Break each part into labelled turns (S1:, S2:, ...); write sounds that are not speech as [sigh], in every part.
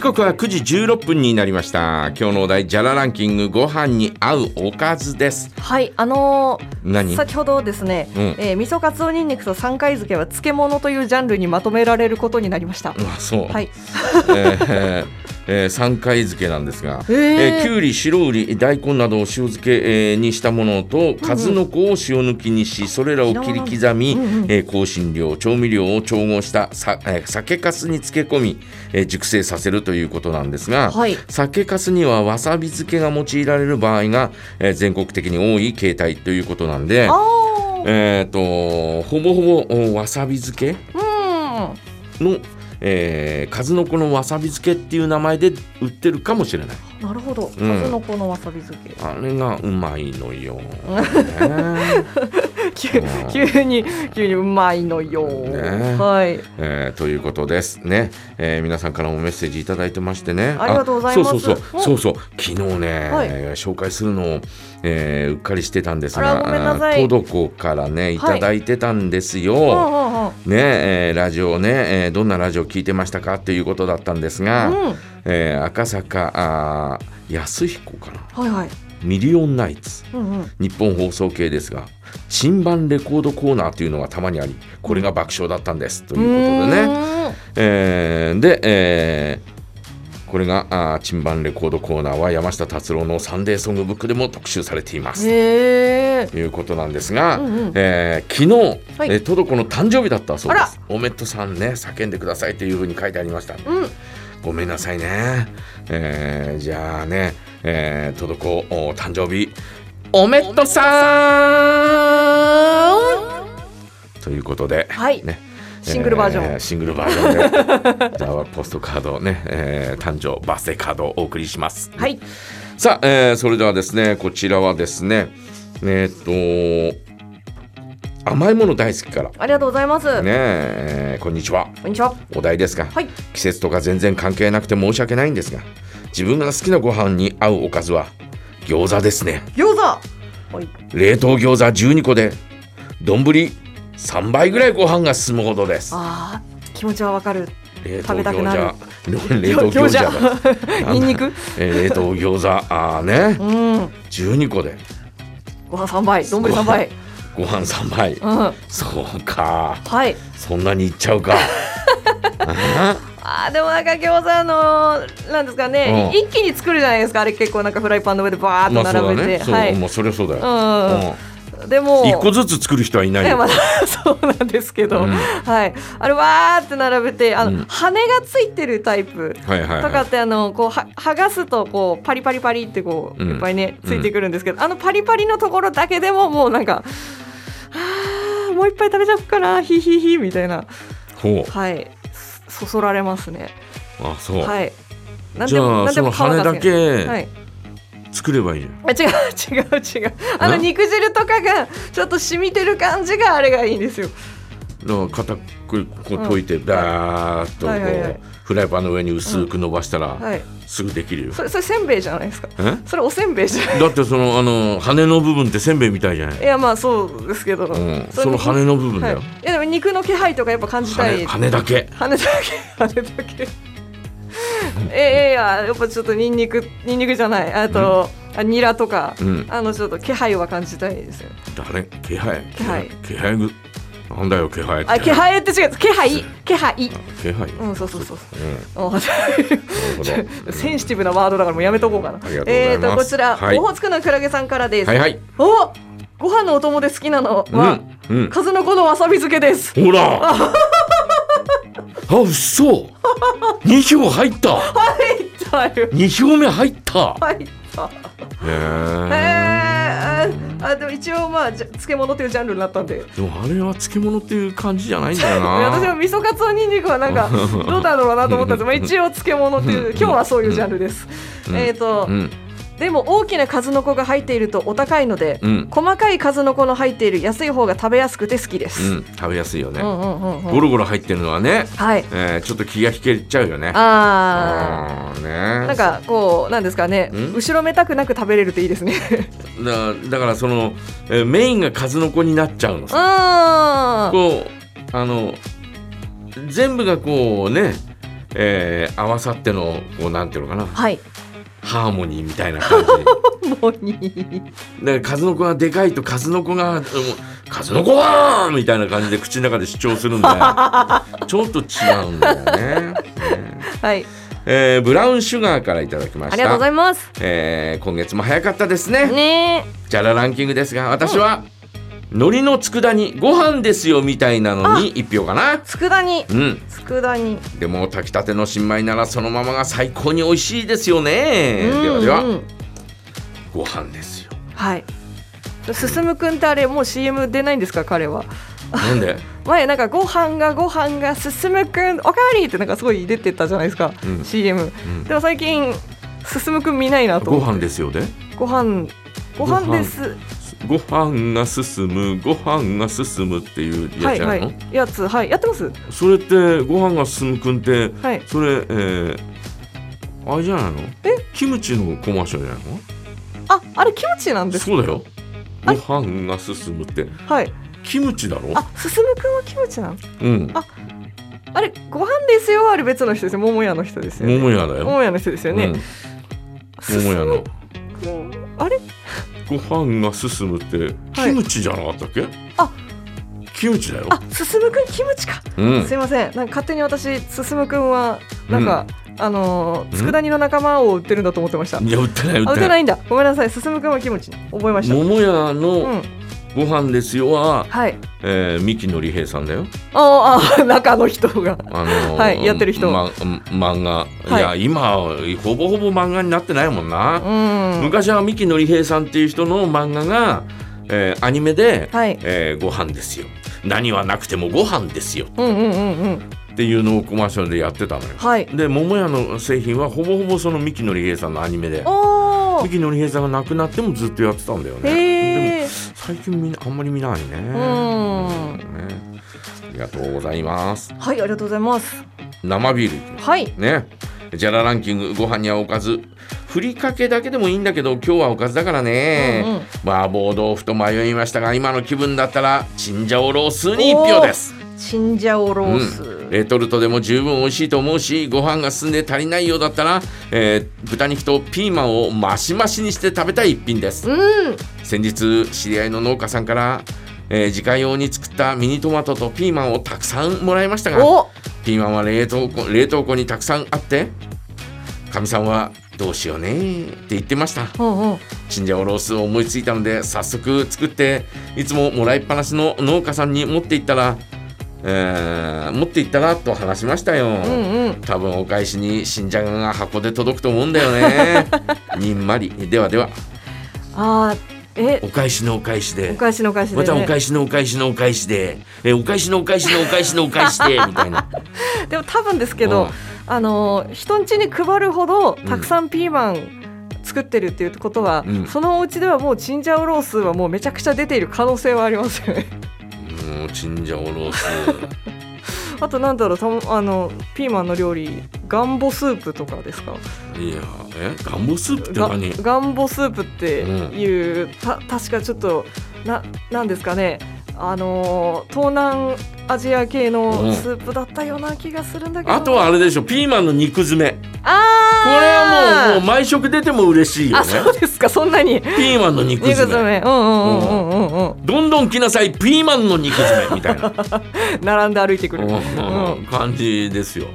S1: 刻は9時16分になりました今日のお題じゃらランキングご飯に合うおかずです
S2: はい、あのー、
S1: 何
S2: 先ほどですね、
S1: うん
S2: えー味噌かつおにんにくと三回漬けは漬物というジャンルにまとめられることになりました。
S1: あそう、
S2: はい、
S1: えーえー三回漬けなんですが、
S2: えー
S1: えーきゅうり白うり大根などを塩漬け、えーにしたものと数の子を塩抜きにし、それらを切り刻み、
S2: うんうん
S1: えー香辛料調味料を調合したさ、えー酒粕に漬け込み、えー熟成させるということなんですが、
S2: はい
S1: 酒粕にはわさび漬けが用いられる場合が、えー全国的に多い形態ということなんで
S2: あ、
S1: えー、とほぼほぼおわさび漬け
S2: あ、
S1: の、えー、数の子のわさび漬けっていう名前で売ってるかもしれない
S2: うん、なるほど、数
S1: ん
S2: の子のわさび漬け。
S1: あれがうまいの
S2: [laughs]
S1: よ、ね、
S2: 急
S1: うん
S2: [laughs] 急に急にうまいのよ。
S1: ね
S2: はい、
S1: えーということですね、えー皆さんからもメッセージいただいてましてね
S2: ありがとうございます
S1: そうそうそう
S2: お
S1: そうそう昨日ね、
S2: はい
S1: えー紹介するのを、えーうっかりしてたんです
S2: あら
S1: が
S2: ごめんなさい
S1: あーとどこからねいただいてたんですよ、
S2: うんうんうん。
S1: ねえーラジオね、えーどんなラジオ聞いてましたかっていうことだったんですが、
S2: うん
S1: えー赤坂あー安彦かな
S2: はいはい。
S1: ミリオンナイツ
S2: うんうん。
S1: 日本放送系ですが新版レコードコーナーというのがたまにありこれが爆笑だったんですということでね、
S2: ね。
S1: えーで、えーこれがあー新版レコードコーナーは山下達郎の「サンデーソングブック」でも特集されています。
S2: へえ。
S1: ということなんですが、
S2: うんうん
S1: えー昨日、
S2: はい
S1: えートドコの誕生日だったそうで
S2: あら
S1: す。おめっとさんね叫んでくださいというふうに書いてありました。
S2: うん。
S1: ごめんなさいね。えーじゃあね、えー、トドコお誕生日おめっとさんということで、
S2: はい
S1: ね。
S2: シングルバージョン
S1: えシングルバージョン
S2: [laughs]
S1: でじゃあポストカードね、えー誕生バースデーカードをお送りします。
S2: はい。
S1: さあ、えーそれではですねこちらはですねえーっと甘いもの大好きからね
S2: ありがとうございます。
S1: えーこんにちは
S2: こんにちは。
S1: お題ですが、
S2: はい。
S1: 季節とか全然関係なくて申し訳ないんですが自分が好きなご飯に合うおかずは餃子ですね
S2: 餃子。はい。
S1: 冷凍餃子12個で丼3杯ぐらいご飯が進むほどです
S2: ああ、気持ちはわかる。
S1: 冷凍
S2: 食べたくなる
S1: 餃子冷凍餃子だ
S2: 餃子 [laughs] ニンニク。
S1: えー冷凍餃子あーね
S2: うん。
S1: 12個で
S2: ご飯三杯、丼三杯。
S1: ご飯3杯
S2: うん。は
S1: そうか
S2: い。
S1: そんなにいっちゃう
S2: [laughs]
S1: か。あ
S2: あーでもなんか餃子のなんですかね、
S1: うん
S2: 一気に作るじゃないですかあれ結構なんかフライパンの上でバー
S1: ま
S2: ッ
S1: あ
S2: と
S1: そうだ
S2: 並べ
S1: ね。
S2: て、
S1: そう、
S2: はい、
S1: もうそれはそうだよ。
S2: うんうん、でも
S1: うん一個ずつ作る人はいない
S2: ね
S1: よ。
S2: まあ [laughs] そうなんですけど、
S1: うん
S2: はい、あれわーって並べてあの、
S1: うん
S2: 羽がついてるタイプ
S1: はいはい
S2: とか
S1: は
S2: ってあのこうは剥がすとこうパリパリパリってこう
S1: うん。
S2: いっぱいね、ついてくるんですけどあのパリパリのところだけでももうなんかあーもう一杯食べちゃおうかなヒヒヒみたいない
S1: ほう。
S2: はいそそそられますね
S1: あそう。
S2: はいなん
S1: じ
S2: でも
S1: ゃあ
S2: なんで
S1: そ
S2: も
S1: の
S2: 皮が
S1: 羽だ
S2: 好きは
S1: け
S2: い
S1: 作ればいいじゃん。
S2: あ違う違う違うあの
S1: ん
S2: 肉汁とかがちょっと染みてる感じがあれがいいんですよ
S1: だから片栗粉溶いてダーッと
S2: はいはいは
S1: こ
S2: いう
S1: フライパンの上に薄く伸ばした
S2: は
S1: ら
S2: い
S1: すぐできるよ
S2: そ。れそれせんべいじゃないですか
S1: え？
S2: それおせんべいじゃない
S1: だってそのあの羽の部分ってせんべいみたいじゃない
S2: い。やまあそうですけど、
S1: うん。その羽の部分だ
S2: はい、い
S1: よ。
S2: やでも肉の気配とかやっぱ感じた
S1: 羽
S2: い
S1: 羽だけ。
S2: 羽だけ羽だけええいややっぱちょっとニンニクニンニクじゃないあと、あニラとか、
S1: うん
S2: あのちょっと気配は感じたいですよ
S1: 誰？気配。
S2: 気配
S1: 気配ぐ。なんだよ気配って。
S2: あ気配って違う気配気配
S1: 気配。
S2: うんそうそうそう
S1: うん。
S2: お [laughs]
S1: なるほど。
S2: センシティブなワードだからもうやめとこうかな
S1: ありがとうございます
S2: えーとこちら、
S1: はい
S2: オホーツクのクラゲさんからです、
S1: はいはい。
S2: おご飯のお供で好きなの
S1: う
S2: は、
S1: ん。うん。
S2: 数の子のわさび漬けです
S1: ほら。
S2: [laughs]
S1: あ、嘘。二票入った。
S2: 入ったよ
S1: 二票目入った。
S2: 入った
S1: へえ。
S2: えー、あでも一応まあじゃ漬物というジャンルになったんで。
S1: でもあれは漬物っていう感じじゃないんだよ
S2: [laughs] 私も
S1: な。
S2: 味噌カツオニンニク
S1: [laughs]
S2: はなんかどうだろうなと思ったんですけどまあ一応漬物という今日はそういうジャンルです、
S1: うん
S2: えっ、ー、と、
S1: うん。
S2: でも大きな数の子が入っているとお高いので、
S1: うん
S2: 細かい数の子の入っている安い方が食べやすくて好きで
S1: う
S2: す、
S1: ん。食べやすいよね
S2: う。んうんうんうん
S1: ゴロゴロ入ってるのはね。
S2: はい
S1: えーちょっと気が引けちゃうよね。
S2: あ
S1: あー
S2: ー
S1: ね。
S2: なんかこうなんですかね
S1: ん
S2: 後ろめたくなく食べれるといいですね
S1: だだからその、えーメインが数の子になっちゃうの
S2: う。ーん
S1: こうあの全部がこうねえー合わさってのこうなんていうのかな
S2: はい。
S1: ハーモニーみたいな感じ
S2: もうにー。
S1: だから数の子がでかいと数の子がもう「数の子だ!」みたいな感じで口の中で主張するんで
S2: [laughs]
S1: ちょっと違うんだよね。ね
S2: はい。
S1: えーブラウンシュガーからいただきました
S2: ありがとうございます。
S1: えー今月も早かったですね
S2: ね
S1: じゃらランキングですが私は、海苔の佃煮ご飯ですよみたいなのに1票かな
S2: え、佃煮。
S1: うん
S2: 佃煮。
S1: でも炊きたての新米ならそのままが最高に美味しいですよねではで
S2: うんう
S1: は
S2: ん
S1: ご飯ですよ
S2: はい。進むくんってあれもう CM 出ないんですか彼は
S1: なんで、
S2: 前なんかご飯がご飯が進むくんおかわりってなんかすごい出てたじゃないですか、
S1: うん
S2: CM [laughs]
S1: うん
S2: でも最近進むくん見ないなと
S1: ご
S2: 思
S1: 飯
S2: って
S1: ですよね
S2: ご飯ご飯です
S1: ご飯が進むご飯が進むっていう
S2: は
S1: やつや
S2: い
S1: るの、
S2: はいやつはいやってます
S1: それってご飯が進むくんって
S2: はい
S1: それ、えー、あれじゃないの
S2: え
S1: キムチのコマーシャルじゃないの
S2: ああれキムチなんです
S1: そうだよ。
S2: あ
S1: ご飯が進むって
S2: はい
S1: キムチだろ。
S2: あ進むくんはキムチなん
S1: うん。
S2: あれご飯ですよあれ別の人ですよ桃屋の人ですよね
S1: 桃屋だよ。
S2: 桃屋の人ですよね、
S1: うん
S2: 進
S1: 桃屋の
S2: むくんあれ
S1: ご飯が進むって
S2: はい
S1: キムチじゃなかったっけ？
S2: あ、
S1: キムチだよ。
S2: あ進むくんキムチか
S1: うん
S2: すいません、なんか勝手に私、進むくんは、なんか、あのー、佃煮の仲間を売ってるんだと思ってました。
S1: いや売ってない売
S2: あ、
S1: っ
S2: 売ってて
S1: な。
S2: ないいんだ。ごめんなさい、進むくんはキムチ、覚えました。
S1: 桃屋
S2: う
S1: の
S2: ん、
S1: ご飯ですよは、
S2: はい。
S1: えー、三木のり平さんだよ。
S2: あー [laughs] あー、中の人が。
S1: あのー
S2: はいやってる人
S1: ま、漫画、、
S2: はいい
S1: や今ほぼほぼ漫画になってないもんな。
S2: うん。
S1: 昔は三木のり平さんっていう人の漫画が、えーアニメで、
S2: はい
S1: えーご飯ですよ何はなくてもご飯ですよ
S2: うんうんうんうん。
S1: っていうのをコマーシャルでやってたのよ
S2: はい。
S1: で桃屋の製品はほぼほぼその三木のり平さんのアニメで
S2: お
S1: 三
S2: ー。
S1: 木のり平さんが亡くなってもずっとやってたんだよねで
S2: へえ
S1: も。最近みんなあんまり見ないねね
S2: ん
S1: ありがとうございます
S2: はい、ありがとうございます。
S1: 生ビールいきます
S2: はい。
S1: ねじゃらランキングご飯にはおかずふりかけだけでもいいんだけど今日はおかずだからね、
S2: うんうん
S1: 麻婆豆腐と迷いましたが今の気分だったらチンジャオロースに1票です、
S2: チンジャオロ
S1: う
S2: ース。
S1: ん、レトルトでも十分美味しいと思うしご飯が進んで足りないようだったら、えー豚肉とピーマンをマシマシにして食べたい一品です
S2: うん。
S1: 先日知り合いの農家さんから、えー自家用に作ったミニトマトとピーマンをたくさんもらいましたが
S2: お。
S1: ピーマンは冷凍庫冷凍庫にたくさんあってかみさんは「どうしようね」って言ってました
S2: うんうん。
S1: チンジャオロースを思いついたので早速作っていつももらいっぱなしの農家さんに持って行ったら、えー持って行ったらと話しましたよ、
S2: うんうん。
S1: 多分お返しに新じゃがが箱で届くと思うんだよ
S2: [laughs]
S1: ねにんまりではでは
S2: ああ、え、
S1: お返しのお返し
S2: お
S1: で
S2: 返しのお返しで、ね。
S1: またお返しのお返しのお返しでえお返しのお返しのお返しのお返しでみたいな
S2: でも多分ですけど、
S1: うん
S2: あの人ん家に配るほどたくさんピーマン作ってるっていうことは、
S1: うん
S2: そのお家ではもうチンジャオロースはもうめちゃくちゃ出ている可能性はありますよね。
S1: もうチンジャオロ
S2: [laughs]
S1: ース
S2: あとなんだろうたあのピーマンの料理ガンボスープとかですか
S1: いやえガンボスープって
S2: が
S1: 何
S2: ガンボスープっていう、た確かちょっとななんですかねあの東南アジア系
S1: うん
S2: のスープだったような気がするんだけど、
S1: あとはあれでしょピーマンの肉詰めこ
S2: あ
S1: れは
S2: ー
S1: もうもう毎食出ても嬉しいよ
S2: あ
S1: ね
S2: そうですかそんなに
S1: ピーマンの肉
S2: 肉
S1: 詰め
S2: 詰めうんうんうんうんうんうん
S1: どんどん来なさいピーマンの肉詰めみたい
S2: [laughs]
S1: な、
S2: 並んで歩いてくる、
S1: う
S2: うん
S1: ん、感じですよね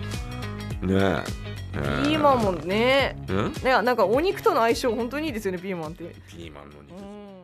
S1: え
S2: ピーマンもね
S1: えーん
S2: ねなんかお肉との相性本当にいいですよねピーマンって、
S1: ピーマンの肉
S2: うん